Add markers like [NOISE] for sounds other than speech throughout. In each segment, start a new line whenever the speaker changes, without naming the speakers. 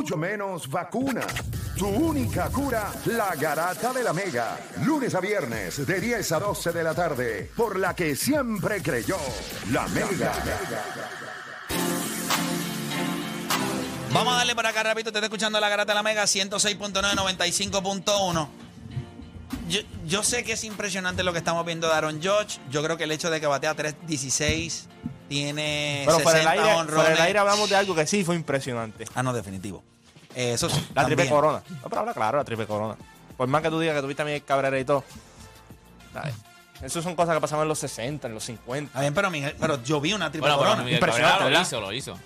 mucho menos vacuna. Tu única cura, la garata de la mega. Lunes a viernes, de 10 a 12 de la tarde, por la que siempre creyó, la mega.
Vamos a darle por acá rapidito, te está escuchando la Garata de la Mega 106.9, 95.1. Yo, yo sé que es impresionante lo que estamos viendo de Aaron George. Yo creo que el hecho de que batea 3.16 tiene
Pero
60
para el, aire, para
honrones.
el aire hablamos de algo que sí fue impresionante.
Ah, no, definitivo. Eh, eso sí,
La triple
también.
corona. No, pero habla claro, la triple corona. Por más que tú digas que tuviste a Miguel Cabrera y todo. ¿sabes? Eso son cosas que pasaban en los 60, en los 50.
Está bien, pero, Miguel- pero yo vi una triple
Bueno, pero
corona.
Miguel
Impresionante,
Cabrera lo
¿verdad?
hizo, lo hizo.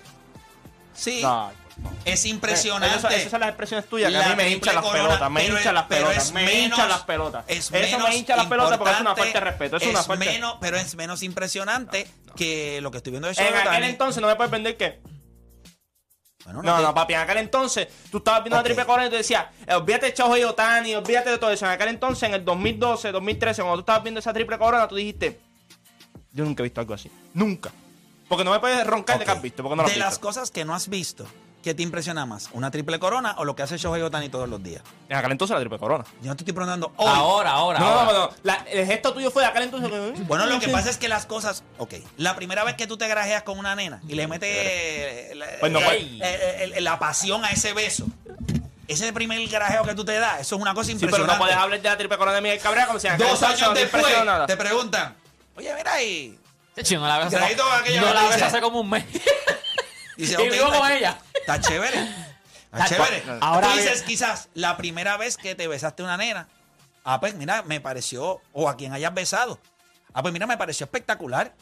Sí,
No,
es
Eh, esas-
impresionante.
Esas son las expresiones tuyas que
La
a mí me
triple
hinchan las
corona,
pelotas, me
pero
hinchan
es-
las
pero
pelotas,
es
me
menos-
hinchan las pelotas.
es
Eso
menos
me hincha las pelotas porque es una
importante,
falta de respeto, es una falta.
menos- pero es menos impresionante que lo que estoy viendo de
En
Shohei
aquel
Ohtani.
entonces no me puedes vender que
Bueno,
No, no, papi, en aquel entonces tú estabas viendo
Ok.
la triple corona y te decías, eh, olvídate de Chojo y Otani, olvídate de todo eso. En aquel entonces, en el 2012, 2013, cuando tú estabas viendo esa triple corona, tú dijiste, yo nunca he visto algo así. Nunca. Porque no me puedes roncar de
Ok.
que has visto, porque no lo has
de
visto.
las cosas que no has visto, ¿qué te impresiona más? ¿Una triple corona o lo que hace Shohei Otani todos los días?
En aquel entonces la triple corona.
Yo no te estoy preguntando hoy.
Ahora, ahora,
no,
ahora.
no, no, la- el gesto tuyo fue de aquel entonces. que- "Mm".
Bueno, lo que pasa es que las cosas. Ok, la primera vez que tú te grajeas con una nena y le metes eh, la,
Pues no
eh,
fue.
eh, eh, eh, la pasión a ese beso, ese primer grajeo que tú te das, eso es una cosa
Sí, pero no
impresionante.
puedes hablar de la triple corona de Miguel Cabrera como si en aquel
Dos
entonces
años
no te
después,
impresionó nada.
te preguntan, oye, mira ahí.
Che, no la ves hace,
Gradito
como-
aquella
no
vez
la
que
ves
dice-
hace como un mes.
Dice,
Y
ok,
vivo
está
con
ch-
ella.
Está chévere. Está
Está
chévere.
chévere.
Ahora
Ahora
tú dices,
bien.
quizás, la primera vez que te besaste una nena. Ah, pues mira, me pareció. O a quien hayas besado. Ah, pues mira, me pareció espectacular.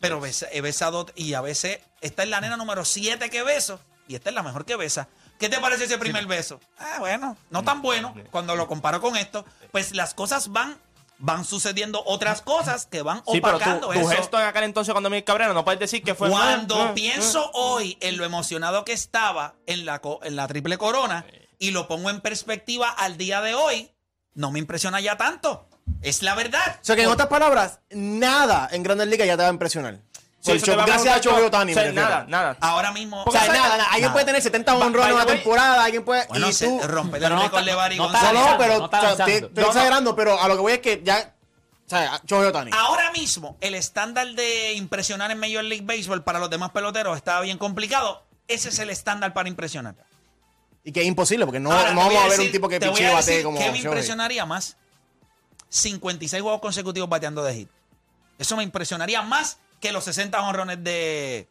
Pero bes- he besado. Y a veces, esta es la nena número 7 que beso. Y esta es la mejor que besa. ¿Qué te parece ese primer beso? Ah, bueno, no tan bueno cuando lo comparo con esto. Pues las cosas van. Van sucediendo otras cosas que van
Sí, pero
opacando
tu, tu
eso.
gesto en aquel entonces cuando Miguel Cabrera no puedes decir que fue.
Cuando
eh, eh,
Mm,
pienso hoy en lo emocionado que estaba en la, co- en la triple corona y lo pongo en perspectiva al día de hoy, no me impresiona ya tanto. Es la verdad.
O sea que en otras palabras, nada en Grandes Ligas ya te va a impresionar.
Sí,
Por
eso
Cho-
te va a
gracias a
preguntar-
Chogo Otani.
o sea,
me refiero.
nada, nada.
Ahora mismo.
O sea,
Porque
nada, nada. Alguien
nada.
puede tener 70 honrones
by
en una
the way-
temporada, alguien puede.
Bueno,
y
se
tú.
rompe el
Pero no
récord
está-
de Barry
no está
González.
No, no, pero
no está
o sea, te-
lanzando.
estoy
No, no.
exagerando, pero a lo que voy es que ya. O sea, Chogo Otani.
Ahora mismo, el estándar de impresionar en Major League Baseball para los demás peloteros estaba bien complicado. Ese es el estándar para impresionar.
Y que es imposible, porque no,
Ahora,
no
te voy
vamos a ver
decir-
un tipo que
te voy a
pichee y
decir
batee como.
¿Qué me
Shohei.
impresionaría más? 56 juegos consecutivos bateando de hit. Eso me impresionaría más que los 60 honrones de,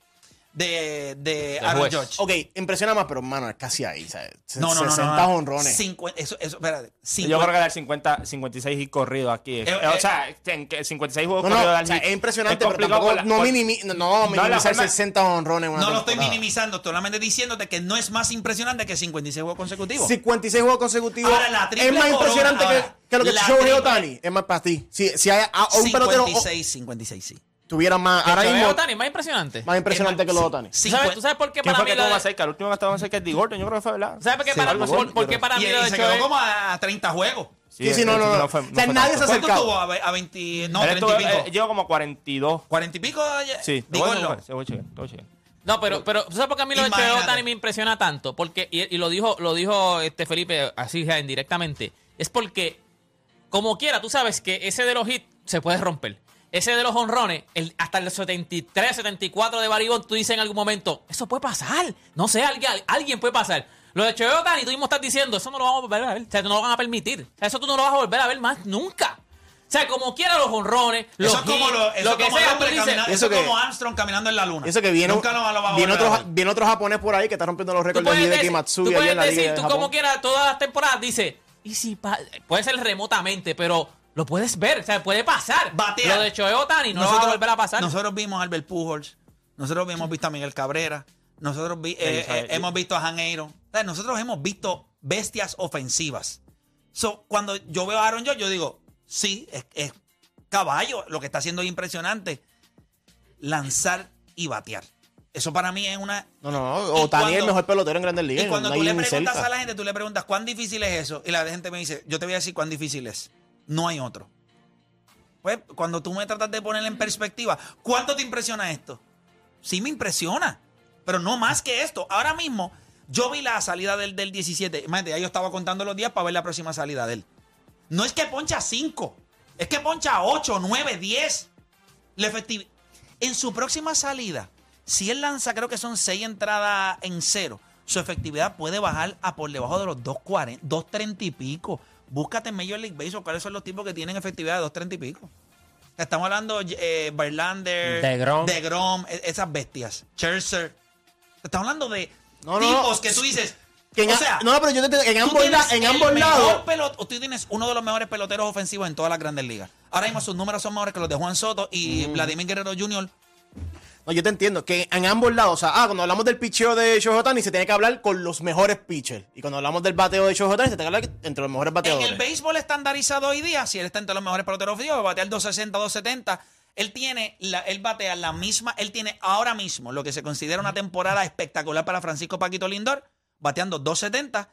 de, de Aaron
juez.
George.
Ok, impresiona más, pero mano, es casi ahí, ¿sabes? Se-
No, no, no, no.
60
no.
honrones.
Cincu- eso, eso, espérate.
Yo
Cincu-
creo que dar 50, 56 y corrido aquí. es-
Eh,
eh,
eh,
o sea, en que 56 juegos
No, no,
corridos dar
o sea,
hit
es impresionante, pero
complicado por
tampoco.
la-
no,
por-
minimi- no,
No, la
minimizar
forma-
60 honrones en una
no lo estoy
temporada.
minimizando, solamente diciéndote que no es más impresionante que 56 juegos consecutivos.
56 juegos consecutivos.
Ahora, la triple
es más
corona,
impresionante que-
ahora,
que, lo que
la
Shohei
triple-
Otani. Es más para ti. Si, si hay a- a un pelotero o-
56, 56, sí.
tuviera más, ahora
Pero
mismo,
es Otani, más impresionante.
más impresionante que los Otani.
¿Tú sabes, tú sabes por qué
¿Quién
para
fue
mí
que
lo
tuvo más
de...
cerca? El último que estaba más cerca es Digorton, yo creo que fue, ¿verdad?
¿Sabes por qué
Sí,
para,
algo así,
por- por qué
creo.
para
Y,
mí
y
lo de
se
Choe-
eh.
quedó como a 30 juegos.
Sí, sí, no,
el-
no, no.
fue-
O sea,
fue
nadie
tanto.
se acerca.
¿Cuánto
Acercado.
tuvo? A, ve- a 20, no,
Él
30
estuvo-
y pico.
eh, Llegó como a 42.
40 y pico, oye,
Sí, lo voy a
dígolo.
checar, sí, voy a checar, lo voy a checar.
No, pero, pero ¿tú sabes por qué a mí lo de
Imagínate.
Choe Otani me impresiona tanto? Porque, y, y lo dijo, lo dijo este Felipe así ya indirectamente, es porque, como quiera, tú sabes que ese de los hits se puede romper. Ese de los honrones, el, hasta el 73, 74 de Baribón, tú dices en algún momento, eso puede pasar. No sé, alguien, alguien puede pasar. Lo de Choe Otani, tú mismo estás diciendo, eso no lo vamos a volver a ver. O sea, no lo van a permitir. O sea, eso tú no lo vas a volver a ver más nunca. O sea, como quiera los honrones, los
Eso es como,
hits,
lo, eso
lo que
como el
sea, tú
hombre
dices,
caminando-
Eso
eso es
que-
como Armstrong caminando en la luna.
Eso que viene,
Nunca lo, lo va a
viene,
volver
otro,
a
ja-
ver.
viene otro japonés por ahí que está rompiendo los
Tú
récords de
puedes
Hideki
decir, tú
Matsubi allá
puedes
en la Liga
decir,
de
tú
Japón.
como quieras, todas las temporadas dice, y si pa- puede ser remotamente, pero lo puedes ver, o sea, puede pasar.
Batea.
Lo de Choe Otani no se va a volver a pasar.
Nosotros vimos a Albert Pujols. Nosotros hemos visto a Miguel Cabrera. Nosotros vi- eh,
sabe,
eh,
yo-
hemos visto a Han Aaron. O sea, nosotros hemos visto bestias ofensivas. So, cuando yo veo a Aaron George, yo digo, sí, es, es caballo. Lo que está haciendo es impresionante. Lanzar y batear. Eso para mí es una
No, no,
Y
Otani es
cuando-
el mejor pelotero en Grandes Ligas.
y cuando
no
tú
hay ah.
le
ni
preguntas
cerca.
a la gente, tú le preguntas cuán difícil es eso. Y la gente me dice, yo te voy a decir cuán difícil es. No hay otro. Pues cuando tú me tratas de poner en perspectiva, ¿cuánto te impresiona esto? Sí me impresiona, pero no más que esto. Ahora mismo, Yo vi la salida del, del 17. Imagínate, ya yo estaba contando los días para ver la próxima salida de él. No es que poncha 5, es que poncha 8, 9, 10. La efectiv- En su próxima salida, si él lanza, creo que son 6 entradas en cero, su efectividad puede bajar a por debajo de los 2.40, 2.30 y pico. Búscate en Major League Baseball cuáles son los tipos que tienen efectividad de 2.30 y pico. Estamos hablando eh, Verlander,
DeGrom.
DeGrom, e- esas bestias. Scherzer. Estamos hablando de
No, no,
tipos
no.
que tú dices.
Que en
o
a-
sea,
no, pero yo te entiendo que en
tú
ambos, la-
tienes
en
el
ambos
mejor
lados.
pelot- o tú tienes uno de los mejores peloteros ofensivos en todas las grandes ligas. Ahora mismo sus números son mejores que los de Juan Soto y
Mm.
Vladimir Guerrero Jr.
No, yo te entiendo que en ambos lados. O sea, ah, cuando hablamos del picheo de Shohei Ohtani se tiene que hablar con los mejores pitchers. Y cuando hablamos del bateo de Shohei Ohtani se tiene que hablar entre los mejores
En
bateadores.
el béisbol estandarizado hoy día, si él está entre los mejores peloteros ofensivos, va a batear 260, 270. Él tiene, la, él batea la misma, él tiene ahora mismo lo que se considera
Mm.
una temporada espectacular para Francisco Paquito Lindor, bateando 270.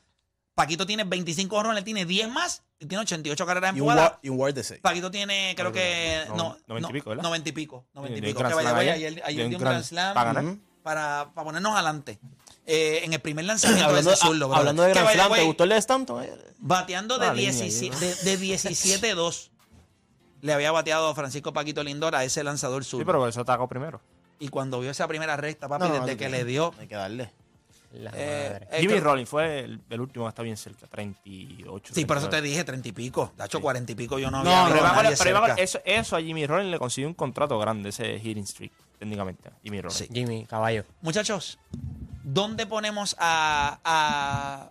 Paquito tiene 25 horrones, él tiene 10 más y tiene 88 carreras
y, un
empujadas.
war, y un war de seis.
Paquito tiene, creo que.
no,
No,
noventa y
no,
pico, ¿verdad?
90 y pico. 90 y
Dio un
pico.
grand
Que vaya,
slam
vaya,
ayer.
ayer, ayer
Dio un
dio un
grand
Grand Slam
para ganar.
ujú, para, para ponernos adelante. Eh, en el primer lanzamiento
hablando,
de ese zurdo, brother.
hablando de
Que,
Grand
by the
Slam, ¿te
way,
gustó el de Stanton? ayer?
Bateando de,
Ah, línea
17
ahí,
de, de 17-2. Le había bateado Francisco Paquito Lindor a ese lanzador
Sí,
zurdo.
pero eso te hago primero.
Y cuando vio esa primera recta, papi,
No, no,
desde
no,
que
no,
le dio.
Hay que darle.
La
eh,
madre.
eh,
Jimmy
creo-
Rollins fue el, el último que está bien cerca, 38.
Sí, por eso te
39.
dije 30 y pico. Dacho,
Sí.
40 y pico yo no
No,
había.
no,
visto a
Pero, iba con-
nadie
pero iba con-
cerca.
eso, eso a Jimmy Rollins le consiguió un contrato grande, ese hitting streak, técnicamente. Jimmy Rollins.
Sí.
Jimmy, caballo.
Muchachos, ¿dónde ponemos a, a-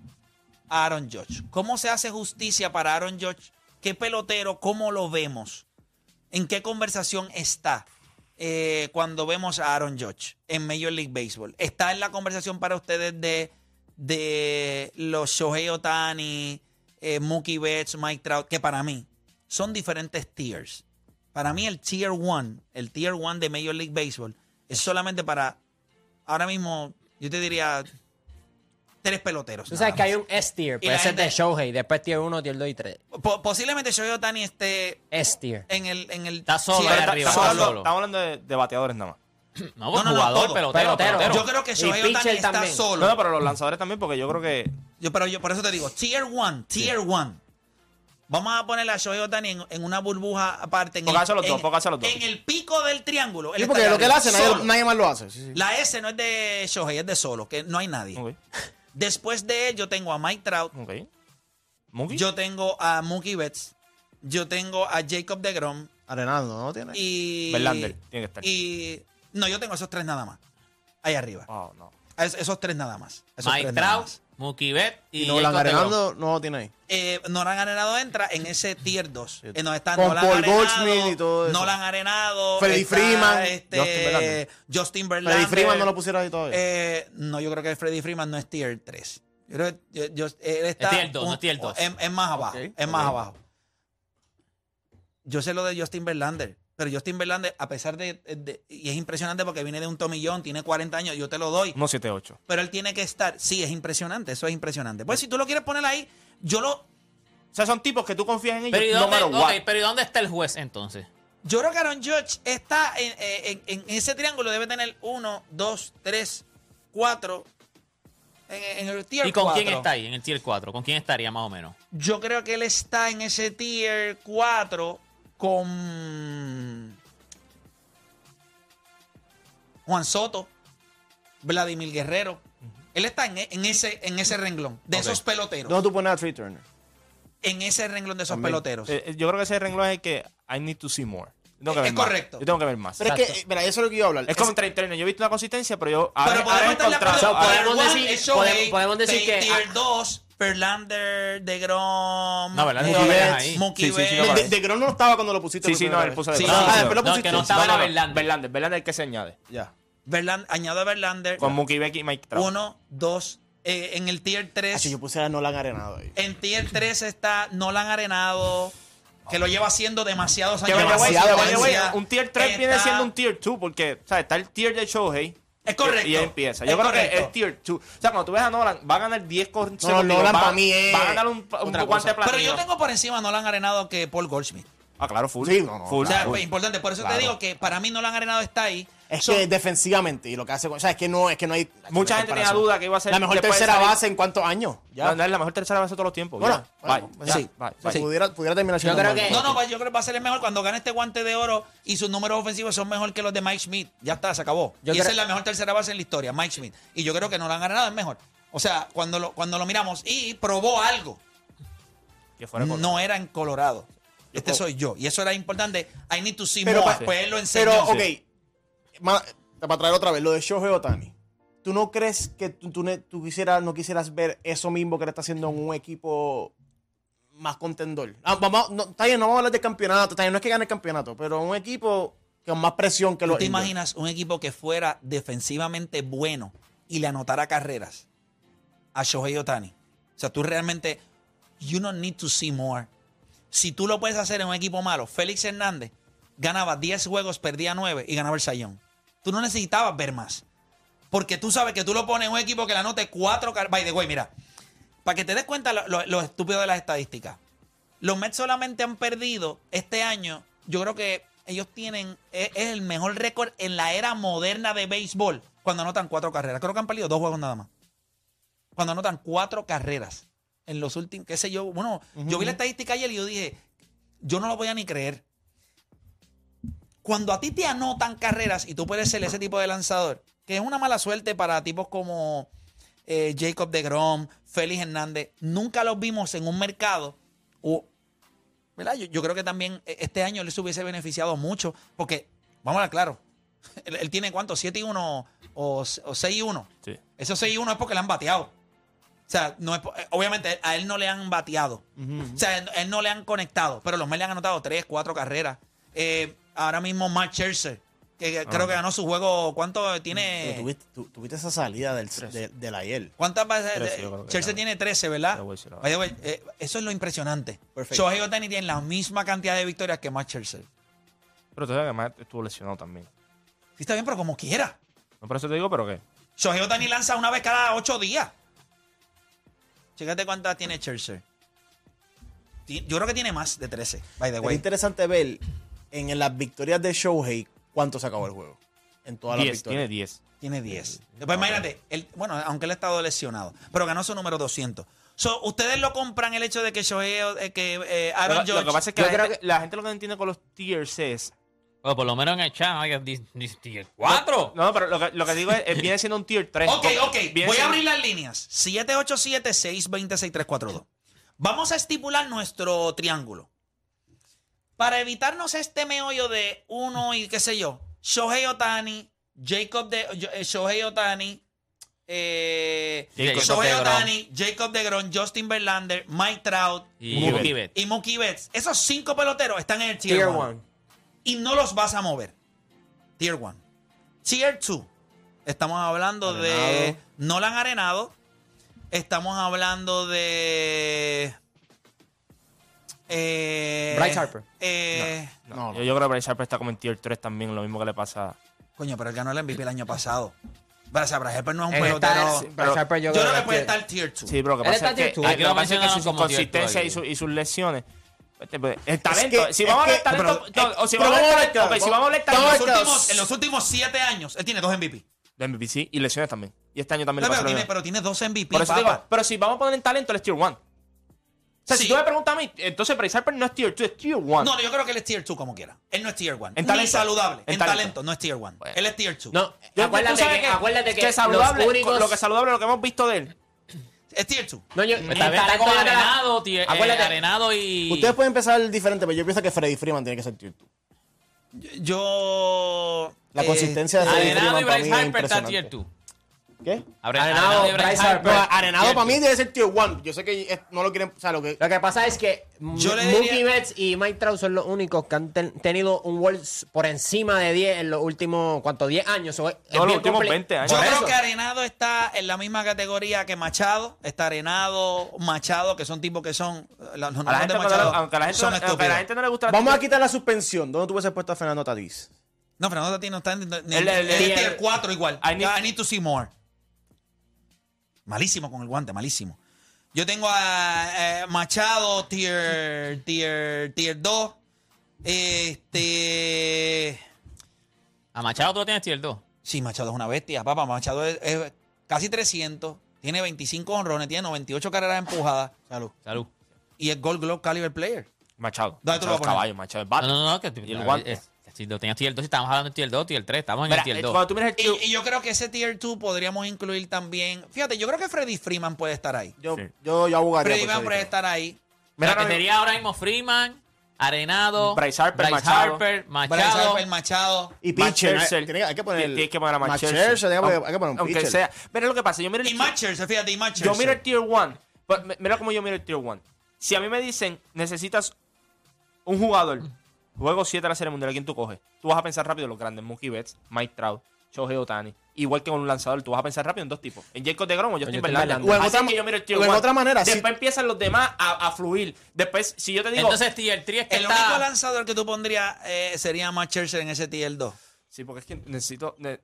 a Aaron Judge? ¿Cómo se hace justicia para Aaron Judge? ¿Qué pelotero? ¿Cómo lo vemos? ¿En qué conversación está eh, cuando vemos a Aaron Judge en Major League Baseball? ¿Está en la conversación para ustedes de, de los Shohei Otani, Mookie Betts, Mike Trout? Que para mí son diferentes tiers. Para mí el tier 1, el tier 1 de Major League Baseball es solamente para ahora mismo, yo te diría tres peloteros.
Tú sabes
nada
que hay
más.
un S-tier,
la
pero ese es de
gente-
Shohei, después tier 1, tier 2 y 3.
Po- posiblemente Shohei Otani esté
S-tier.
en el. En el
Está solo
sí,
ahí
está- está
arriba.
Estamos
solo.
hablando,
solo.
estamos hablando de, de bateadores nada más.
No, pues
No, no, no,
jugador,
todo.
pelotero,
Pelotero.
pelotero.
Yo creo que
Y
Shohei Otani
pitcher
está
también.
solo.
No, no, pero los lanzadores también, porque yo creo que
Yo, pero yo por eso te digo, tier 1, tier 1. Vamos a poner a Shohei Otani en, en una burbuja aparte. En el,
Póngase los dos,
en-
póngase los dos.
En el pico del triángulo. él
Sí,
está
porque
allá
lo que él
arriba,
hace, nadie,
solo.
nadie más lo hace. Sí, sí.
La S no es de Shohei, es de solo, que no hay nadie.
Ok,
Después de él, yo tengo a Mike Trout,
ok. Mookie.
yo tengo a Mookie Betts, yo tengo a Jacob DeGrom,
Arenado, ¿no? tiene?
Y.
Verlander tiene que estar.
Y. No, yo tengo esos tres nada más. Ahí arriba.
Oh, no.
Es- esos tres nada más. Esos
Mike
tres nada
Trout,
más.
Mookie Betts y
Y Nolan
Jacob DeGrom.
Arenado no lo tiene ahí.
Eh, Nolan Arenado entra en ese tier 2. En donde está
Con
Nolan
Paul
Arenado.
Goldschmidt y todo eso.
Nolan Arenado.
Freddy
está,
Freeman,
este,
Justin Verlander.
Justin Verlander.
Freddy Freeman no lo pusiera ahí todavía.
Eh, no, yo creo que Freddy Freeman no es tier 3. Yo creo que yo- yo- él está
tier dos,
un-
no es tier dos.
Es, es más abajo.
Ok,
es más
ok.
abajo. Yo sé lo de Justin Verlander. Pero Justin Verlander, a pesar de, de- Y es impresionante porque viene de un tomillón, tiene 40 años, yo te lo doy.
178.
Pero él tiene que estar. Sí, es impresionante, eso es impresionante. Pues si tú lo quieres poner ahí, yo lo.
O sea, son tipos que tú confías en ellos
Pero ¿y,
no
dónde,
matter what.
ok, pero ¿y dónde está el juez entonces?
Yo creo que Aaron Judge está en, en- en- en ese triángulo, debe tener 1, 2, 3, 4. En, en el tier
¿Y con quién
cuatro.
está ahí en el tier 4? ¿Con quién estaría más o menos?
Yo creo que él está en ese tier 4 con Juan Soto, Vladimir Guerrero. Él está en, e- en ese, en ese renglón de esos peloteros.
¿Dónde tú pones a Tree Turner?
En ese renglón de esos
También.
peloteros.
Eh, eh, yo creo que ese renglón es el que I need to see more. Yo tengo que
Es
ver más.
correcto.
Yo tengo que ver más.
Pero es que,
Exacto.
eh, mira, eso es lo que yo iba a hablar.
es como Trey Turner. Yo he visto una consistencia, pero yo ahora,
Pero podemos
ahora
estar de acuerdo.
encontrado-
O sea,
Tier
ahora-
podemos
one
decir-
es Shohei,
podemos- podemos decir
tier-
que-
Tier 2, Ferlander, DeGrom.
No, ¿verdad?
Mookie
Betts.
Betts.
Mookie
Sí, sí, sí,
Betts.
no,
De, de Grom no estaba cuando lo pusiste.
Sí,
por
sí, no,
primera
él
vez.
puso de
Sí,
Verlander.
Ah, después lo
no,
pusiste.
que no estaba
No, no,
la Verlander.
Verlander, Verlander es el que se añade.
Ya.
Verlan- añado a Verlander.
Con Mookie Beck y Mike Trout.
Uno, dos. eh, en el tier 3.
Hacho, Ah, yo puse a Nolan Arenado ahí.
En tier 3 está Nolan Arenado, que lo lleva haciendo demasiados
Que
años.
vaya, güey,
Demasiado,
vaya, güey,
Demasiado.
un tier 3
Está-
viene siendo un tier 2 porque o sea, está el tier de Shohei.
Es correcto.
Y y ahí empieza.
Es
Yo creo que
correcto.
es tier 2. O sea, cuando tú ves a Nolan, va a ganar 10 consecutivos.
Nolan
va,
pa' mí es
Va a ganar un, un
otra
guante de
cosa.
platino.
Pero yo tengo por encima a Nolan Arenado que Paul Goldschmidt.
Ah, claro, full.
Sí, no, no,
Full.
O sea,
full.
es importante. Por eso
Claro.
te digo que para mí no lo han arenado está ahí.
Es
Son-
que defensivamente, y lo que hace con. O sea, es que no, es que no hay.
Mucha
no hay
gente tenía
comparación.
duda que iba a ser
La mejor
después de
tercera
salir-
base en cuántos años. Ya.
No, no, es la mejor tercera base de todos los tiempos.
Bueno,
ya.
bueno,
Bye, ya.
sí,
Bye,
O sea,
bye.
Pudiera, pudiera terminar siendo
creo
Mike.
que-
No, no, yo creo que va a ser el mejor cuando gane este guante de oro y sus números ofensivos son mejor que los de Mike Smith. Ya está, se acabó.
Yo
y
creo-
esa es la mejor tercera base en la historia, Mike Smith. Y yo creo que no lo han ganado, es mejor. O sea, cuando lo, cuando lo miramos y probó algo,
Que fuera con-
no era en Colorado. Este
puedo-
soy yo. Y eso era importante. I need to see
Pero
more.
pa-
Pues él lo enseñó.
Pero, ok. ma- para traer otra vez, lo de Shohei Otani. ¿Tú no crees que tú, tú ne- tú quisieras, no quisieras ver eso mismo que le está haciendo en un equipo más contendor? Ah, vamos, no, está bien, no vamos a hablar de campeonato. Está bien, no es que gane el campeonato, pero un equipo con más presión que
¿Tú
los.
te
Angels.
imaginas un equipo que fuera defensivamente bueno y le anotara carreras a Shohei Otani? O sea, tú realmente, you don't need to see more. Si tú lo puedes hacer en un equipo malo, Félix Hernández ganaba 10 juegos, perdía 9 y ganaba el Sayón. Tú no necesitabas ver más. Porque tú sabes que tú lo pones en un equipo que le anote 4 carreras. By the way, mira, para que te des cuenta lo, lo- lo estúpido de las estadísticas. Los Mets solamente han perdido este año. Yo creo que ellos tienen. Es, es el mejor récord en la era moderna de béisbol cuando anotan cuatro carreras. Creo que han perdido dos juegos nada más. Cuando anotan cuatro carreras en los últimos. ¿Qué sé yo? Bueno, yo vi la estadística ayer y yo dije. Yo no lo voy a ni creer. Cuando a ti te anotan carreras y tú puedes ser ese tipo de lanzador, que es una mala suerte para tipos como eh, Jacob de Grom, Félix Hernández, nunca los vimos en un mercado. o- ¿verdad? Yo, yo creo que también eh, este año les hubiese beneficiado mucho, porque, vamos a hablar claro, [LAUGHS] él, él tiene cuánto, 7 y 1 o, s- o 6 y 1.
Sí.
Esos 6 y 1 es porque le han bateado. O sea, no es po- eh, obviamente a él no le han bateado. O sea, él, él no le han conectado, pero los Mets le han anotado 3, 4 carreras. Eh, ahora mismo Mark Scherzer, que
Ah,
que creo que ganó su juego, ¿cuánto
Pero
tiene?
tuviste, tu- tuviste esa salida del, de, Eh. de la IEL.
¿Cuántas veces?
Trece,
eh,
yo creo que
Chelsea
era.
tiene 13, ¿verdad?
Ya voy a decir ahora.
By the way, eh, eso es lo impresionante.
Perfecto.
Shohei Otani tiene la misma cantidad de victorias que más Chelsea. Sí,
Pero tú sabes que además estuvo lesionado también.
está bien, pero como quiera.
No, por eso te digo, pero qué.
Shohei Otani lanza una vez cada 8 días. Chécate cuántas tiene Chelsea. Ti- Yo creo que tiene más de 13, by the
Era
way.
interesante ver en las victorias de Shohei cuánto se acabó el juego. En todas las
10, tiene 10.
victorias.
Tiene 10. Después imagínate, él- bueno, aunque él ha estado lesionado, pero ganó su número 200. So, ¿Ustedes lo compran el hecho de que Shohei, eh, que eh,
Lo,
Aaron
lo
George...
que pasa es que
Yo
la,
creo
gente, la gente lo que no entiende con los tiers es.
Bueno, por lo menos en el chat, hay ¡Cuatro!
No, pero lo que, lo que digo es, es- viene siendo un tier 3.
Ok, ok. Voy a abrir las líneas. 787-620-6342. Vamos a estipular nuestro triángulo. Para evitarnos este meollo de uno y qué sé yo, Shohei Otani, Jacob de yo- eh, Shohei Otani, eh,
Jacob
Shohei
deGrom.
Otani, Jacob DeGrom, Justin Verlander, Mike Trout
Y
Mookie
Mookie Betts.
y Mookie Betts. Esos cinco peloteros están en el tier,
Tier
one.
one.
Y no los vas a mover. Tier 1. Tier 2. Estamos hablando de Nolan Arenado. Estamos hablando de. eh,
Bryce Harper.
eh,
No,
No, no.
Yo, yo creo que Bryce Harper está como en tier 3 también, lo mismo que le pasa.
Coño, pero él ganó el MVP el año pasado. Pero, o sea, Bryce Harper no es un
Él
pelotero.
está- Bryce
pues
Harper
yo creo que puede estar tier 2.
Sí, pero lo que
Él
pasa
está tier
es que,
two.
lo
Aquí
que
lo
pasa es que
mencionaron
su
como tier
inconsistencia y,
two
su-
ahí.
y sus lesiones. Este, pues, El talento.
que-
si
es
vamos a
que-
hablar talento.
pero-
no, o si
pero
vamos a
vamos
hablar
a ver,
talento. ok,
claro,
si vamos a hablar
vamos
En los
a ver,
talento.
claro.
últimos- en los últimos 7 años, él tiene 2 MVP.
De MVP sí, y lesiones también. Y este año también
No, pero,
le pasa lo
tiene,
mismo.
pero tiene 2 MVP.
Por eso te
papá.
digo, pero si vamos a poner en talento, él es tier 1. O sea, si
Sí.
tú me preguntas a mí, entonces Bryce Harper no es tier 2, es tier 1.
No, yo creo que él es tier 2 como quiera. Él no es tier 1.
Ah. En
Ni
talento.
saludable. En,
En
talento.
talento.
no es tier 1. Él es tier 2.
No,
Yo- tú
acuérdate
sabes
que, acuérdate que, los
saludable,
únicos-
lo que es saludable, lo que hemos visto de él.
Es tier 2.
No, yo,
Está,
el talento
con
yo te la-
Arenado, tier- eh,
Acuérdate.
Arenado y...
Ustedes pueden empezar diferente, pero yo pienso que Freddy Freeman tiene que ser tier two.
Yo. eh,
La consistencia de-
Arenado
Freeman
y
para
Bryce
mí es
Harper está tier
impresionante.
2.
¿Qué?
Arenado, Bryce
No,
Harper.
Arenado
Tier
para mí
two.
debe ser tier 1. Yo sé que eh, no lo quieren. O sea, lo que.
Lo que pasa es que
Yo le
Mookie
diría-
Betts y Mike Trout son los únicos que han ten- tenido un World s- por encima de 10 en los últimos, ¿cuánto? 10 años. o es- es
Todos los
bien
últimos
comple-
20 años.
Yo
Por
creo
eso.
que Arenado está en la misma categoría que Machado. Está Arenado, Machado, que son tipos que son. Los
A la
nombres
gente,
de
cuando-
Machado
aunque a la gente,
son
aunque a la
estúpidos.
gente no le gusta.
Vamos a quitar la suspensión. ¿Dónde tuviese puesto a Fernando Tatís?
No, Fernando Tatís no está en. en-
El- el-
es
el-
tier 4 igual.
I need-
I need to see more. Malísimo con el guante, malísimo. Yo tengo a eh, Machado tier, tier, tier 2. Este.
A Machado tú lo tienes tier 2.
Sí, Machado es una bestia, papá. Machado es, es casi 300, tiene 25 honrones, tiene 98 carreras empujadas. Salud.
Salud.
Y es Gold Glove Caliber Player.
Machado.
Dale, tú lo
Machado es
vas a poner.
caballo, Machado es
No,
bate.
no, no. Que,
Ah. Y el guante.
eh, si lo tenías tier 2, si estamos hablando de tier 2, tier 3, estamos en
Mira,
el tier
eh,
2.
cuando tú miras el
Y,
tier-
y yo creo que ese Tier 2 podríamos incluir también. Fíjate, yo creo que Freddy Freeman puede estar ahí.
Yo,
Sí.
yo, yo abogaría
Freddy
por
pues,
ese
Freeman puede
dinero.
estar ahí.
Mira,
Mira,
que
no-
sería ahora mismo Freeman, Arenado,
Bryce Harper,
Bryce
Machado.
Harper, Machado.
Bryce Harper, Machado.
Y
Matt
pitcher.
Scherzer.
Hay, tiene que- hay que poner.
Tienes que poner a
Matt
Matt
Scherzer,
Scherzer.
hay que-
Aun-
hay que poner un
aunque
pitcher.
sea. Mira lo que pasa. Yo miro el
Y
tier-
Matchers, fíjate, y Matchers.
Yo miro el tier 1. Mira cómo yo miro el tier 1. Si a mí me dicen, necesitas un jugador, juego 7 a la serie mundial, ¿a quién tú coges? Tú vas a pensar rápido en los grandes, Mookie Betts, Mike Trout, Shohei Otani. Igual que con un lanzador, tú vas a pensar rápido en dos tipos. En Jacob de Grom o Justin
Justin
Verlander.
Verlander.
O en
Así
otra-
que yo miro el tier
o en
one.
otra manera, si-
Después empiezan los demás a, a fluir. Después, si yo te digo...
Entonces, tier 3 es que
El único
está.
lanzador que tú pondrías eh, sería Matchers en ese Tier 2.
sí, porque es que necesito... ne-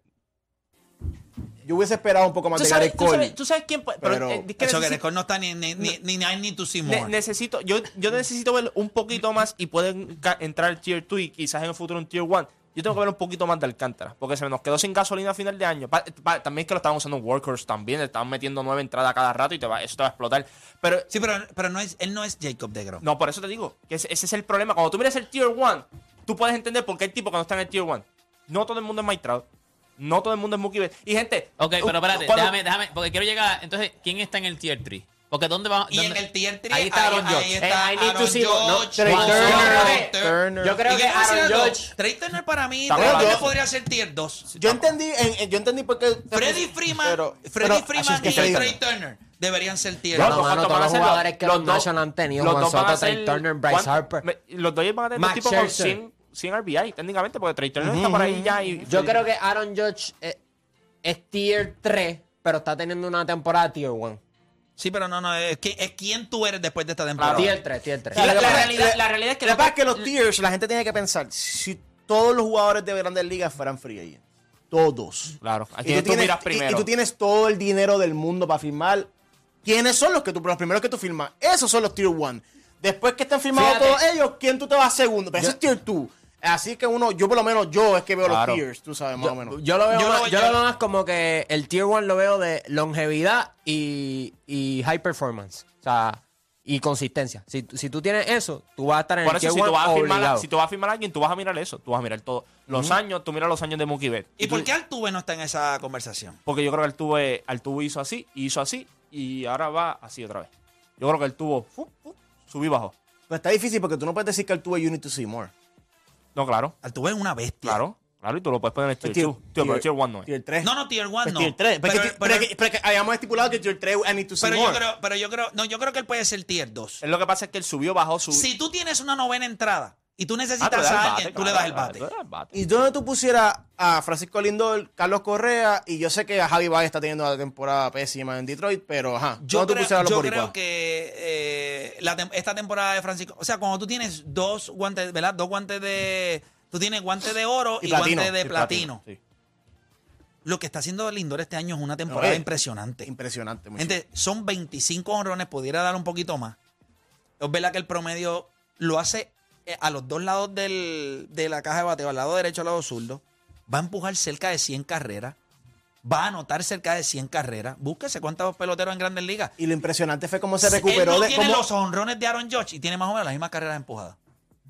Yo hubiese esperado un poco más
¿Tú
de Gary
sabes, tú sabes-
Cole.
tú sabes quién... puede- Pero,
Pero-
eh, es que
Eso que
necesito-
Record no está ni, ni, ni, ni Nine ni Two
Ne-
Simón.
necesito, yo, yo necesito ver un poquito más y pueden ca- entrar al tier 2 y quizás en el futuro un tier 1. Yo tengo que ver un poquito más de Alcántara, porque se nos quedó sin gasolina a final de año. Pa- pa- también es que lo estaban usando workers también, le estaban metiendo nueve entradas cada rato y te va, eso te va a explotar. Pero
Sí, pero, pero no es, él no es Jacob de Grom.
no, por eso te digo, que ese, ese es el problema. Cuando tú miras el tier 1, tú puedes entender por qué hay tipos que no están en el tier 1. No todo el mundo es Mike Trout, no todo el mundo es Mookie Betts. Y gente,
Ok,
uh,
pero espérate,
cuando-
déjame, déjame, porque quiero llegar. Entonces, ¿quién está en el tier 3? Porque ¿dónde va?
Y en
dónde-
el Tier 3,
Ahí está Aaron
ahí,
Judge.
está
Eh, I need
Aaron
to see- no,
Judge,
Trey
Juan
Turner,
Soto,
Trey
Turner.
Yo creo
¿Y
que
qué va a hacer
Aaron
el
Judge-
dos? Trey Turner para mí,
Está
Trey
bueno,
Turner
yo-
podría ser Tier 2.
Yo entendí, en- en- yo entendí por qué.
Freddy Freeman,
Pero-
Freddy
pero- así
Freeman
es que
y
Freddy-
Trey Turner deberían ser Tier
Loco,
2.
mano,
¿cuánto
todos
van a
los
ser
jugadores que los
dos-
Nationals han tenido,
los
Juan
dos van
Soto,
a ser-
Trey Turner, Bryce
¿cuánto?
Harper.
Me- los dos van a tener
Max
dos tipos con
Scherzer.
100, 100 RBI, técnicamente, porque Trey Turner está por ahí ya. Y,
Yo creo que Aaron Judge eh, es tier 3, pero está teniendo una temporada tier 1.
Sí, pero no, no, es, que- es quién tú eres después de esta temporada.
Tier 3, tier 3.
La- la-
La,
la-
realidad, la realidad es que
Lo que pasa es que los tiers, la gente tiene que pensar, si todos los jugadores de grandes ligas fueran free agents, todos.
Claro, a
Y
quién tú
tienes-
miras
y-
primero.
Y, tú tienes todo el dinero del mundo para firmar. ¿Quiénes son los que tú, los primeros que tú firmas? Esos son los tier 1. Después que estén firmados
Fíjate.
todos ellos, ¿quién tú te vas segundo? Pero ese es tier 2. Así que uno, yo por lo menos, yo es que veo
Claro.
los tiers, tú sabes, más o menos.
Yo lo veo,
Yo
más,
lo-
yo
yo-
lo veo más como que el tier 1 lo veo de longevidad y, y high performance. O sea, y consistencia. Si, si tú tienes eso, tú vas a estar en
Por
el
eso,
tier
si
1
tú, vas a firmar, a-
obligado.
si tú vas a firmar a alguien, tú vas a mirar eso. Tú vas a mirar todo. Los años, tú miras los años de Mookie Betts.
¿Y
Y
por
tú-
qué Altuve no está en esa conversación?
Porque yo creo que Altuve, Altuve hizo así, y hizo así, y ahora va así otra vez. Yo creo que Altuve fu, fu, subí bajo.
Pero está difícil porque tú no puedes decir que el tuyo you need to see more.
No, claro,
Altuve es una bestia.
claro, claro, y tú lo puedes poner en el
Pues
tier 2. Tío, pero el tier 1 no es.
Tier 3.
No, no, Tier 1 no.
Pues Tier 3.
Pero, pero-
habíamos estipulado que tier 3 I need to see
pero yo
more.
creo, pero yo creo, no, yo creo que él puede ser Tier 2.
Es lo que pasa es que él subió, bajó, subió.
Si tú tienes una novena entrada y tú
Ah, tú le
necesitas
das
a
el bate,
alguien, tú le
claro,
das el
claro,
bate.
tú le das el bate.
¿Y dónde tú pusieras a Francisco Lindor, Carlos Correa? Y yo sé que a Javi Baez está teniendo una temporada pésima en Detroit, pero ajá.
Yo,
¿Dónde tú
creo,
pusieras a los
yo
boricuas?
creo que eh, la tem- esta temporada de Francisco, o sea, cuando tú tienes dos guantes, ¿verdad? Dos guantes de. Tú tienes guante de oro y,
Y platino,
guante de
y
platino.
Sí.
Lo que está haciendo Lindor este año es una temporada
No, eh,
impresionante.
Impresionante. muchacho.
Gente, son 25 honrones, pudiera dar un poquito más. Es verdad que el promedio lo hace eh, a los dos lados del- de la caja de bateo, al lado derecho, al lado zurdo. Va a empujar cerca de 100 carreras. Va a anotar cerca de 100 carreras. Búsquese cuántos peloteros en grandes ligas.
Y lo impresionante fue cómo se recuperó
Él no
de.
tiene
Cómo,
los honrones de Aaron Judge y tiene más o menos las mismas carreras empujadas.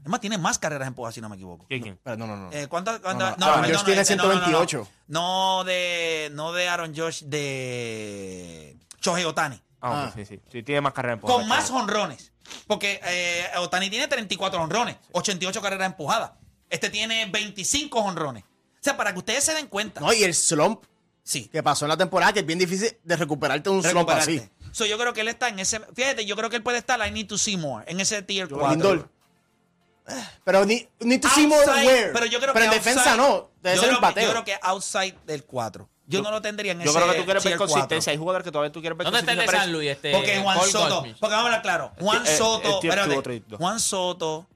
Es más, tiene más carreras empujadas, si no me equivoco.
¿Quién, quién?
Pero no, no, no.
Eh, ¿cuántas- cuántas-
no, Aaron
perdón,
Judge tiene
este, no, no, no, no.
128.
No, de, no de Aaron Judge, de Shohei Otani.
Ah,
Ah.
ok, sí, sí, sí. Tiene más carrera en
Con
poder.
más honrones. Porque eh, Otani tiene 34 honrones, 88 carreras empujadas. Este tiene 25 honrones. O sea, para que ustedes se den cuenta.
No, y el slump
sí.
que pasó en la temporada, que es bien difícil de recuperarte de un slump
recuperarte.
así.
So, yo creo que él está en ese. Fíjate, yo creo que él puede estar. I need to see more. En ese tier 4.
Lindor. Eh, Pero ni, need to see more
Outside,
where.
Pero yo creo
Pero
que
en
outside-
defensa no. Debe
yo
ser
creo
el
que-
bateo.
Yo creo que outside del 4. Yo, no lo tendría en
Yo
ese
creo que tú quieres ver
tier cuatro.
consistencia. Hay jugadores que todavía tú quieres ver
¿Dónde está el de
consistencia,
San
pero-
Luis? Este,
Porque Juan
Paul
Soto.
Goldschmidt?
Porque vamos a hablar claro. Juan
eh,
Soto.
el tier
espérate,
two, otro tier dos.
Juan Soto.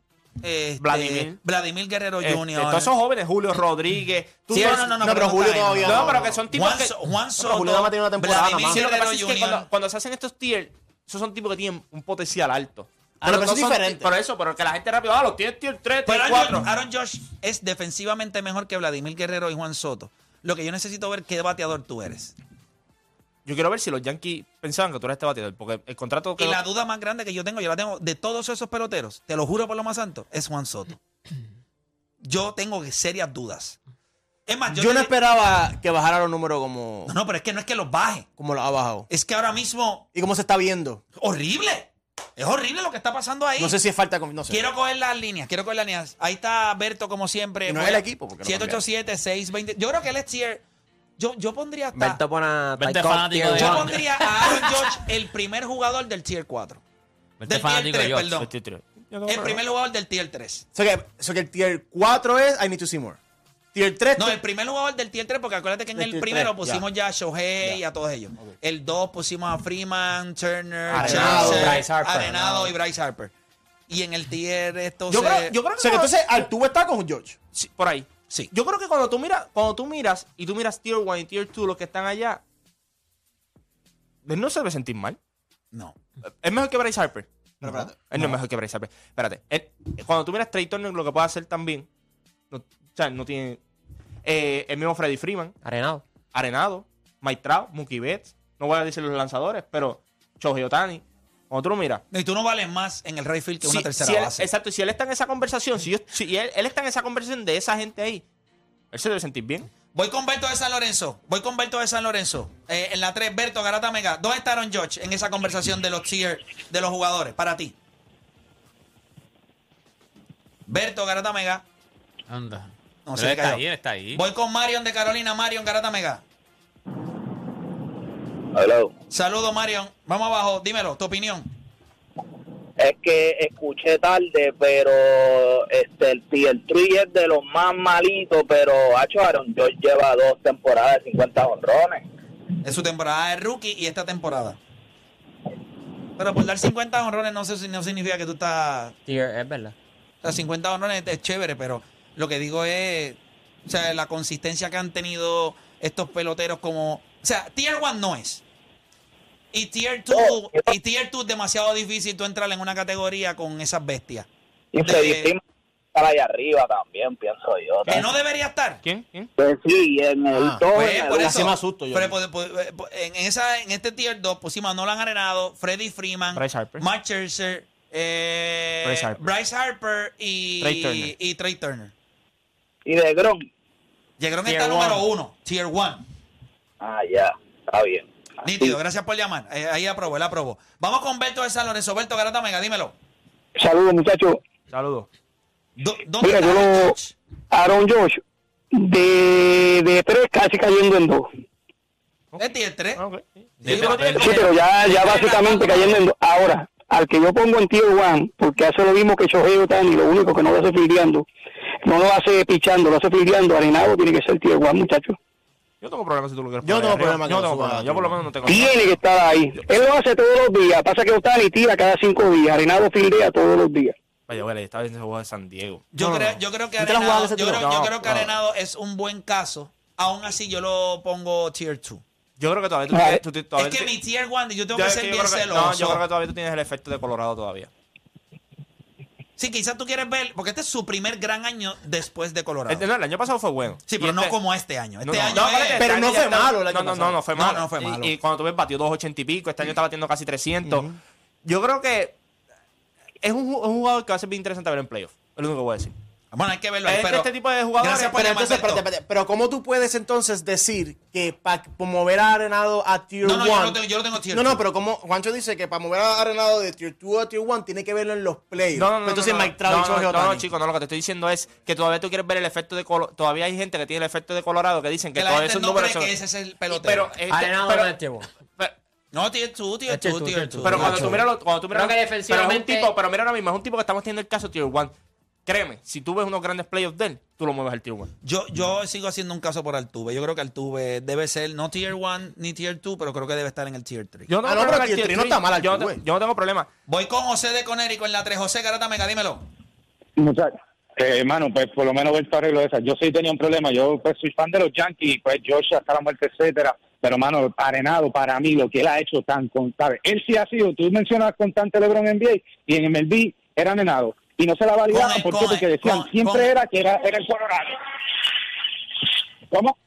este,
Vladimir.
Vladimir Guerrero
Este,
Jr.
todos esos jóvenes, Julio Rodríguez. tú
Sí,
ves-
no, no, no,
No, pero Julio
está ahí,
todavía
No,
no,
pero
no,
que
no.
son tipos
Juan,
que.
So- Juan Soto.
Julio Dama tiene una temporada
Vladimir
nada más.
Sí, lo que
Guerrero
pasa es
Jr.
que cuando, cuando se hacen estos tier, esos son tipos que tienen un potencial alto.
Ah,
Bueno, pero eso es
son-
diferente.
Pero eso, pero que la gente rápido, ah, los tiene tier 3, tier
Pero ah, Aaron,
4.
Josh- Aaron Josh es defensivamente mejor que Vladimir Guerrero y Juan Soto. Lo que yo necesito ver qué bateador tú eres.
Yo quiero ver si los Yankees pensaban que tú eras este bateador, porque el contrato
Y
quedó-
la duda más grande que yo tengo, yo la tengo de todos esos peloteros, te lo juro por lo más santo, es Juan Soto. Yo tengo serias dudas. Es más, yo,
Yo
te-
no esperaba que bajara los números como,
No, no, pero es que no es que los baje.
como los ha bajado.
Es que ahora mismo,
Y cómo se está viendo.
horrible. Es horrible lo que está pasando ahí.
No sé si es falta de confianza.
Quiero coger las líneas, quiero coger las líneas. Ahí está Berto, como siempre.
Y no es
Voy
el
a-
equipo, porque no
787, 620. Yo creo que él es tier. Yo, yo pondría hasta.
Berto pone a
Vente
Ty Cobb,
fanático
tier
de-
yo
one.
pondría a Aaron George el primer jugador del tier 4.
Vete
Del
Este fanático
tier
de
3,
George.
Los
perdón.
tier 3.
El primer jugador del tier 3.
O sea que, o sea que el tier 4 es I need to see more. Tier 3
No, eh, el primer jugador del tier 3, porque acuérdate que en
Del
el
tier
primero
tres,
pusimos ya a Shohei y a todos ellos. El 2 pusimos a Freeman, Turner,
Arenado,
Chelsea,
Bryce Harper.
Arenado y Bryce Harper. Y en el tier esto
Yo
se-
creo, yo creo
O sea que
no-
entonces Artubo está con George.
Sí, por ahí.
Sí.
Yo creo que cuando tú miras, cuando tú miras y tú miras Tier 1 y Tier 2, los que están allá, él no se debe sentir mal.
No.
Es mejor que Bryce Harper.
Pero
No,
espérate.
Él no, es mejor que Bryce Harper. Espérate. Él- cuando tú miras Trey Turner, lo que puede hacer también, no, o sea, no tiene... eh, el mismo Freddy Freeman,
Arenado.
Arenado, Mike Trout, Mookie Betts, no voy a decir los lanzadores, pero Shohei Otani. Cuando tú lo miras,
Y tú no vales más en el Rayfield que
si-
una tercera
si él-
base.
exacto, si él está en esa conversación, si, yo, si él, él está en esa conversación de esa gente ahí, él se debe sentir bien.
Voy con Berto de San Lorenzo. Voy con Berto de San Lorenzo. Eh, en la 3, Berto, Garata Mega. ¿Dónde está Aaron George en esa conversación de los tier de los jugadores? Para ti. Berto, Garata Mega.
Anda.
No,
Pero
se
él
le
está
cayó.
ahí, él está ahí.
Voy con Marion de Carolina. Marion, Garata Mega.
Hello.
Saludos, Marion. Vamos abajo. Dímelo, tu opinión.
Es que escuché tarde, pero este, el tier 3 es de los más malitos, pero Hacho Aaron George lleva dos temporadas de 50 honrones.
Es su temporada de rookie y esta temporada. Pero por dar 50 honrones no, sé si- no significa que tú estás
Tier, es verdad.
O sea, 50 honrones es chévere, pero lo que digo es, o sea, la consistencia que han tenido estos peloteros como, o sea, tier 1 no es. Y tier 2, y tier 2 es demasiado difícil tú entrar en una categoría con esas bestias.
Y
Eh,
se distingue para allá arriba también, pienso yo.
Que no debería estar.
¿Quién? ¿Quién?
Pues sí, en el
Ah,
todo
Pues,
en el
por
uno.
eso,
me asusto yo.
pero, pues, pues, pues, en, esa, en este tier 2 pusimos a Nolan Arenado, Freddy Freeman,
Bryce Harper.
Matt Scherzer, eh,
Bryce Harper.
Bryce Harper y
Trey Turner.
y Trey Turner.
Y de Grom.
Llegaron
Tier
está número
one.
uno, tier 1.
Ah, ya, está bien. Así.
Nítido, gracias por llamar. Eh, ahí aprobó, él aprobó. Vamos con Berto de San Lorenzo. Berto Garata Mega, dímelo.
Saludos, muchachos.
Saludos.
Do- ¿Dónde
Mira,
está
yo
el
lo.
coach?
Aaron Josh, de, de tres casi cayendo en dos.
¿Este Es tier 3.
Ah, ok.
Sí,
Yo
va.
tengo-
Sí, pero ya, ya básicamente cayendo en dos. Ahora, al que yo pongo en tier one, porque hace lo mismo que Shohei Otani, lo único que no lo hace fildeando, no lo hace pichando, lo hace fildeando, arenado, tiene que ser tier one, muchachos.
Yo tengo problemas si tú lo quieres
Yo
poner
tengo
arriba.
problema que
Yo
lo
tengo
suba
problemas.
a
Yo por lo
ti.
menos no tengo
Tiene que estar ahí. Él lo hace todos los días. Pasa que Otani tira cada cinco días, arenado fildea todos los días.
Vaya, güey, estaba viendo ese juego de San Diego.
Yo,
No,
creo,
no.
yo creo que
¿Viste la jugada
Arenado,
que se
yo
tiró?
creo, yo
No,
creo que
no.
Arenado es un buen caso. Aún así, yo lo pongo tier 2.
Yo creo que todavía tú
Vale.
tienes... tú te- todavía
Es que
te-
mi tier 1, yo tengo
yo-
que
es
ser
que yo
bien
creo que- No, yo creo que
celoso.
todavía tú tienes el efecto de Colorado todavía.
Sí, quizás tú quieres ver, porque este es su primer gran año después de Colorado.
Este El, no, el año pasado fue bueno.
Sí,
Y
pero no
este-
como este año. Este
no,
año
no,
es-
espérate,
Pero
este
no
año
fue
ya está-
malo el año
no, no,
pasado.
No, no fue
No,
malo.
no fue
Y-
malo.
Y, cuando tú ves, batió 280 y pico. Este año está batiendo casi 300. Yo creo que es un, ju- un jugador que va a ser bien interesante ver en playoff. Es lo único que voy a decir.
Bueno, hay que verlo. ahí,
Es de
pero
este tipo de jugadores,
Gracias por
Pero
llamar,
entonces, espérate,
Berto.
espérate, pero ¿cómo tú puedes entonces decir que para mover a Arenado a Tier 1?
No, no, yo lo tengo- yo lo tengo tier
No,
two.
no, pero como Juancho dice que para mover a Arenado de Tier 2 a Tier 1 tiene que verlo en los playoffs.
No, no, no.
entonces
no, no.
Mike Trout
No,
y Shohei
no, no,
Ohtani.
no, chico, no, lo que te estoy diciendo es que todavía tú quieres ver el efecto de Colorado. Todavía hay gente que tiene el efecto de Colorado que dicen que,
que la
todavía
gente
esos
no cree
números
que ese
son-
es el pelotero.
Pero, eh,
Ah,
Arenado
pero-
no es tier one.
pero-
No, tier 2, tier
Es tier
2,
two,
tier
tier
2.
two.
Pero cuando
Nacho.
tú miras lo- cuando tú miras
Creo que
lo- pero es un
defensivamente-
tipo, pero mira ahora mismo, es un tipo que estamos teniendo el caso Tier 1. Créeme, si tú ves unos grandes playoffs de él, tú lo mueves al Tier 1.
Yo, yo sigo haciendo un caso por Altuve. Yo creo que Altuve debe ser no tier 1 ni tier 2, pero creo que debe estar en el tier 3.
Yo
Ah, no,
tengo
pero
problema
Tier
al
three no está mal al eh.
yo, no
Tier,
te- yo no tengo problema.
Voy con José de Conérico en la 3. José Garata Mega, dímelo.
Muchachos.
Eh, hermano, pues por lo menos ver tu arreglo de esa. Yo sí tenía un problema. Yo pues, soy fan de los Yankees, pues George hasta la muerte, etcétera.
Pero, mano, Arenado, para mí, lo que él ha hecho tan constante. Él sí ha sido, tú mencionas constante LeBron en NBA y en MLB era Arenado. Y no se la validaban,
Con-
¿por qué?
con-
Porque decían,
con-
siempre
con-
era que era, era el Colorado. ¿Cómo?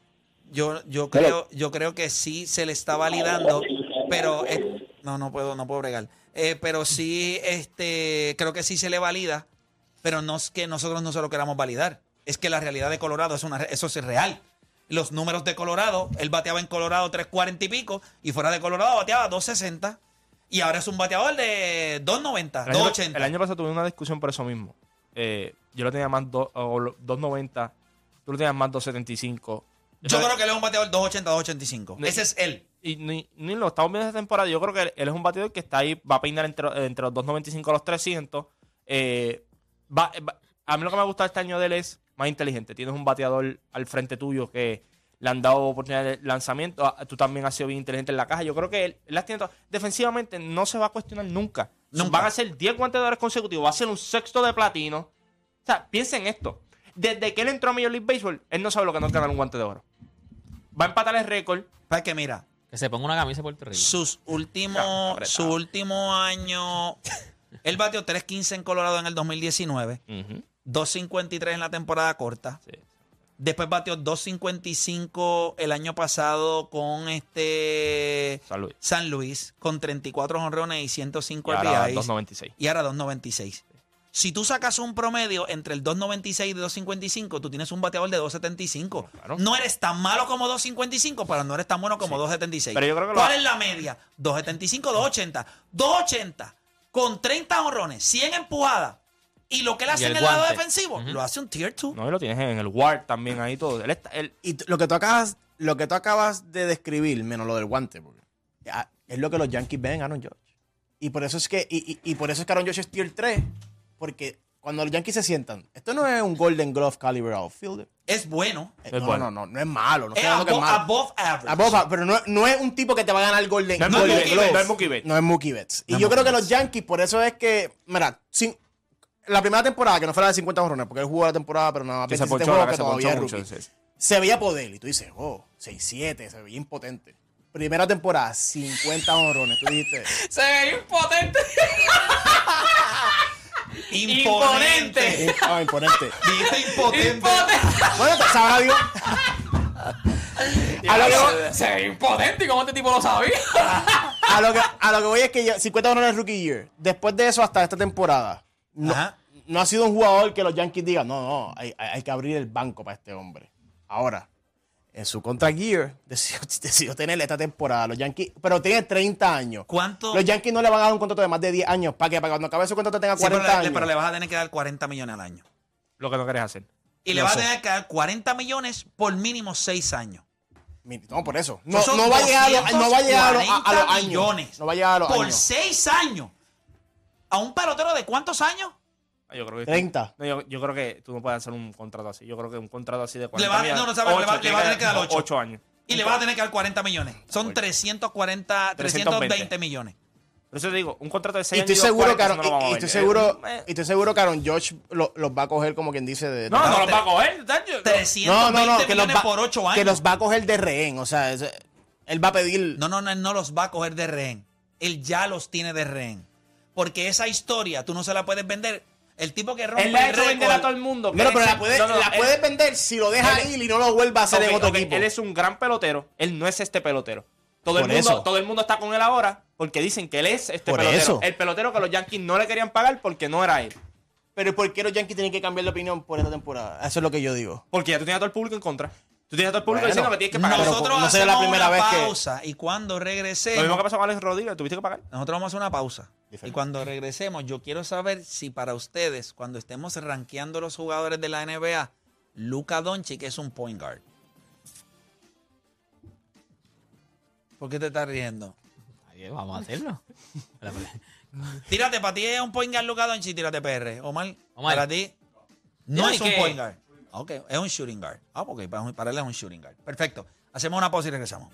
Yo, yo creo, yo creo que sí se le está validando, pero eh, no, no puedo, no puedo bregar. Eh, pero sí, este, creo que sí se le valida, pero no es que nosotros no se lo queramos validar. Es que la realidad de Colorado es una, re- eso es real. Los números de Colorado, él bateaba en Colorado 340 y pico, y fuera de Colorado bateaba 260. Y ahora es un bateador de 290,
El año-
280.
El año pasado tuve una discusión por eso mismo. Eh, yo lo tenía más do- o lo- 2.90, tú lo tenías más 2.75.
yo creo que él es un bateador 280, 285. Ese es él.
Y ni, ni lo estamos viendo esta temporada. Yo creo que él, él es un batidor que está ahí, va a peinar entre, entre los 2.95 a los 300. Eh, va- va- a mí lo que me ha gustado este año de él es más inteligente. Tienes un bateador al frente tuyo que le han dado oportunidad de lanzamiento. Ah, Tú también has sido bien inteligente en la caja. Yo creo que él, él las tiene todas. Defensivamente no se va a cuestionar nunca.
Nunca.
Van a ser 10 guantes de oro consecutivos. Va a ser un sexto de platino. O sea, piensen esto. Desde que él entró a Major League Baseball, él no sabe lo que no es ganar un guante de oro. Va a empatar el récord.
Para que mira,
Que se ponga una camisa de Puerto Rico.
Sus
Ya,
últimos,
apretado.
su último año. Él bateó 3.15 en Colorado en el 2019, 2.53 en la temporada corta.
Sí.
Después bateó 2.55 el año pasado con este
Salud.
San Luis, con 34 honrones y 105
Y ahora
RBIs.
2.96.
Y ahora 2.96. Si tú sacas un promedio entre el 2.96 y 2.55, tú tienes un bateador de 2.75.
Claro.
No eres tan malo como 2.55, pero no eres tan bueno como 2.76.
Pero yo creo que lo-
¿Cuál es la media? 2.75, 2.80. 2.80 con 30 honrones, 100 empujadas. Y lo que él hace
el
en el lado
guante.
defensivo, lo hace un tier 2.
No, y lo tienes en el Ward también ahí todo. Él está, él,
Y t- lo que tú acabas, lo que tú acabas de describir, menos lo del guante, porque ya, es lo que los Yankees ven a Aaron George. Y por eso es que, y, y- y por eso es que Aaron George es tier 3. Porque cuando los Yankees se sientan, esto no es un Golden Glove caliber outfielder.
Es bueno.
Eh,
Es
no,
bueno.
no, no, no, no es malo. No
Eh,
Es
estoy hablando que
abo-
es malo.
above average. [LAUGHS]
Above average, pero no, no es un tipo que te va a ganar el Golden,
No es
Golden
Mookie Betts, no es Mookie Betts.
No es Mookie Betts. Y
No es
yo
Mookie
creo que
Betts.
los Yankees, por eso es que, mira, sin, la primera temporada, que no fue la de 50 honrones, porque él jugó la temporada, pero nada más
que se
27
ponchó,
juegos,
que
que
se
todavía
ponchó
es
mucho.
rookie
sí, sí.
se veía poder y tú dices, oh, 6-7, se veía impotente. Primera temporada, 50 honrones, tú dijiste.
[LAUGHS] Se ve [LAUGHS] impotente.
Imponente.
"Eh, ah, imponente.
Dice impotente.
Impotente.
Bueno, pues, sabrá Dios. A lo, que,
Se ve impotente. ¿Y cómo este tipo lo sabía?
a, lo que, a lo que voy es que ya- 50 honrones rookie year. Después de eso, hasta esta temporada, no,
Ajá.
no ha sido un jugador que los Yankees digan, no, no, hay, hay- hay que abrir el banco para este hombre. Ahora, en su contract year, decidió, [LAUGHS] decidió tener esta temporada. Los Yankees, pero tiene 30 años.
¿Cuánto?
Los Yankees no le van a dar un contrato de más de 10 años para que para cuando acabe su contrato tenga
Sí, pero
40
le-
años.
pero le vas a tener que dar 40 millones al año.
Lo que no querés hacer.
Y le
No
va a
sé.
tener que dar 40 millones por mínimo 6 años.
Mira, No, por eso. No,
Son
no va a llegar a los, no va a llegar a los, a- a los
240
años.
millones.
No va a llegar a los
por
años.
6 años. ¿A un pelotero de cuántos años?
Ah, Yo creo que
30.
No, yo, yo creo que tú no puedes hacer un contrato así. Yo creo que un contrato así de 40
Le va- no, no, sabe, le va- le va a tener que dar ocho.
8 años.
Y le vas a tener que dar 40 millones. Son 340, 320,
320
millones.
Por eso te digo, un contrato de 6
Y
años.
estoy seguro que Aaron,
no lo vamos a
y- y
ver.
estoy seguro,
Eh,
y estoy seguro que Aaron George lo- los va a coger como quien dice de.
No,
de-
no lo va a coger. Daniel.
320
que los,
millones
va,
por 8 años.
que los va a coger de rehén. O sea, es- él va a pedir.
No, no, no, él no los va a coger de rehén. Él ya los tiene de rehén. Porque esa historia tú no se la puedes vender. El tipo que rompe
Él le ha
el
hecho vender a
récord-
todo el mundo.
Bueno, pero la
él-
puede,
no, no,
la
él-
puede vender si lo deja
él-
ir y no lo vuelva a hacer
Ok,
en otro
ok,
equipo.
Él es un gran pelotero. Él no es este pelotero. Todo el,
Por
mundo,
eso.
todo el mundo está con él ahora porque dicen que él es este
Por
pelotero.
eso.
El pelotero que los Yankees no le querían pagar porque no era él.
Pero ¿por qué los Yankees tienen que cambiar de opinión por esta temporada? Eso es lo que yo digo.
Porque ya tú tienes a todo el público en contra. Tú tienes a todo el público
Bueno,
diciendo que tienes que pagar.
pero-
Nosotros
no será
hacemos
la primera
una
vez que-
pausa y cuando
Lo mismo
regresemos
que pasó con Alex Rodríguez, tuviste que pagar.
Nosotros vamos a hacer una pausa.
Diferente.
Y cuando regresemos, yo quiero saber si para ustedes, cuando estemos rankeando los jugadores de la NBA, Luka Doncic es un point guard. ¿Por qué te estás riendo?
Oye, Vamos a hacerlo.
Tírate, para ti es un point guard Luka Doncic, tírate PR. Omar,
Omar.
para ti no
Tiene
es un
que-
point guard. Ok, es un shooting guard. Ah, porque para para él es un shooting guard. Perfecto. Hacemos una pausa y regresamos.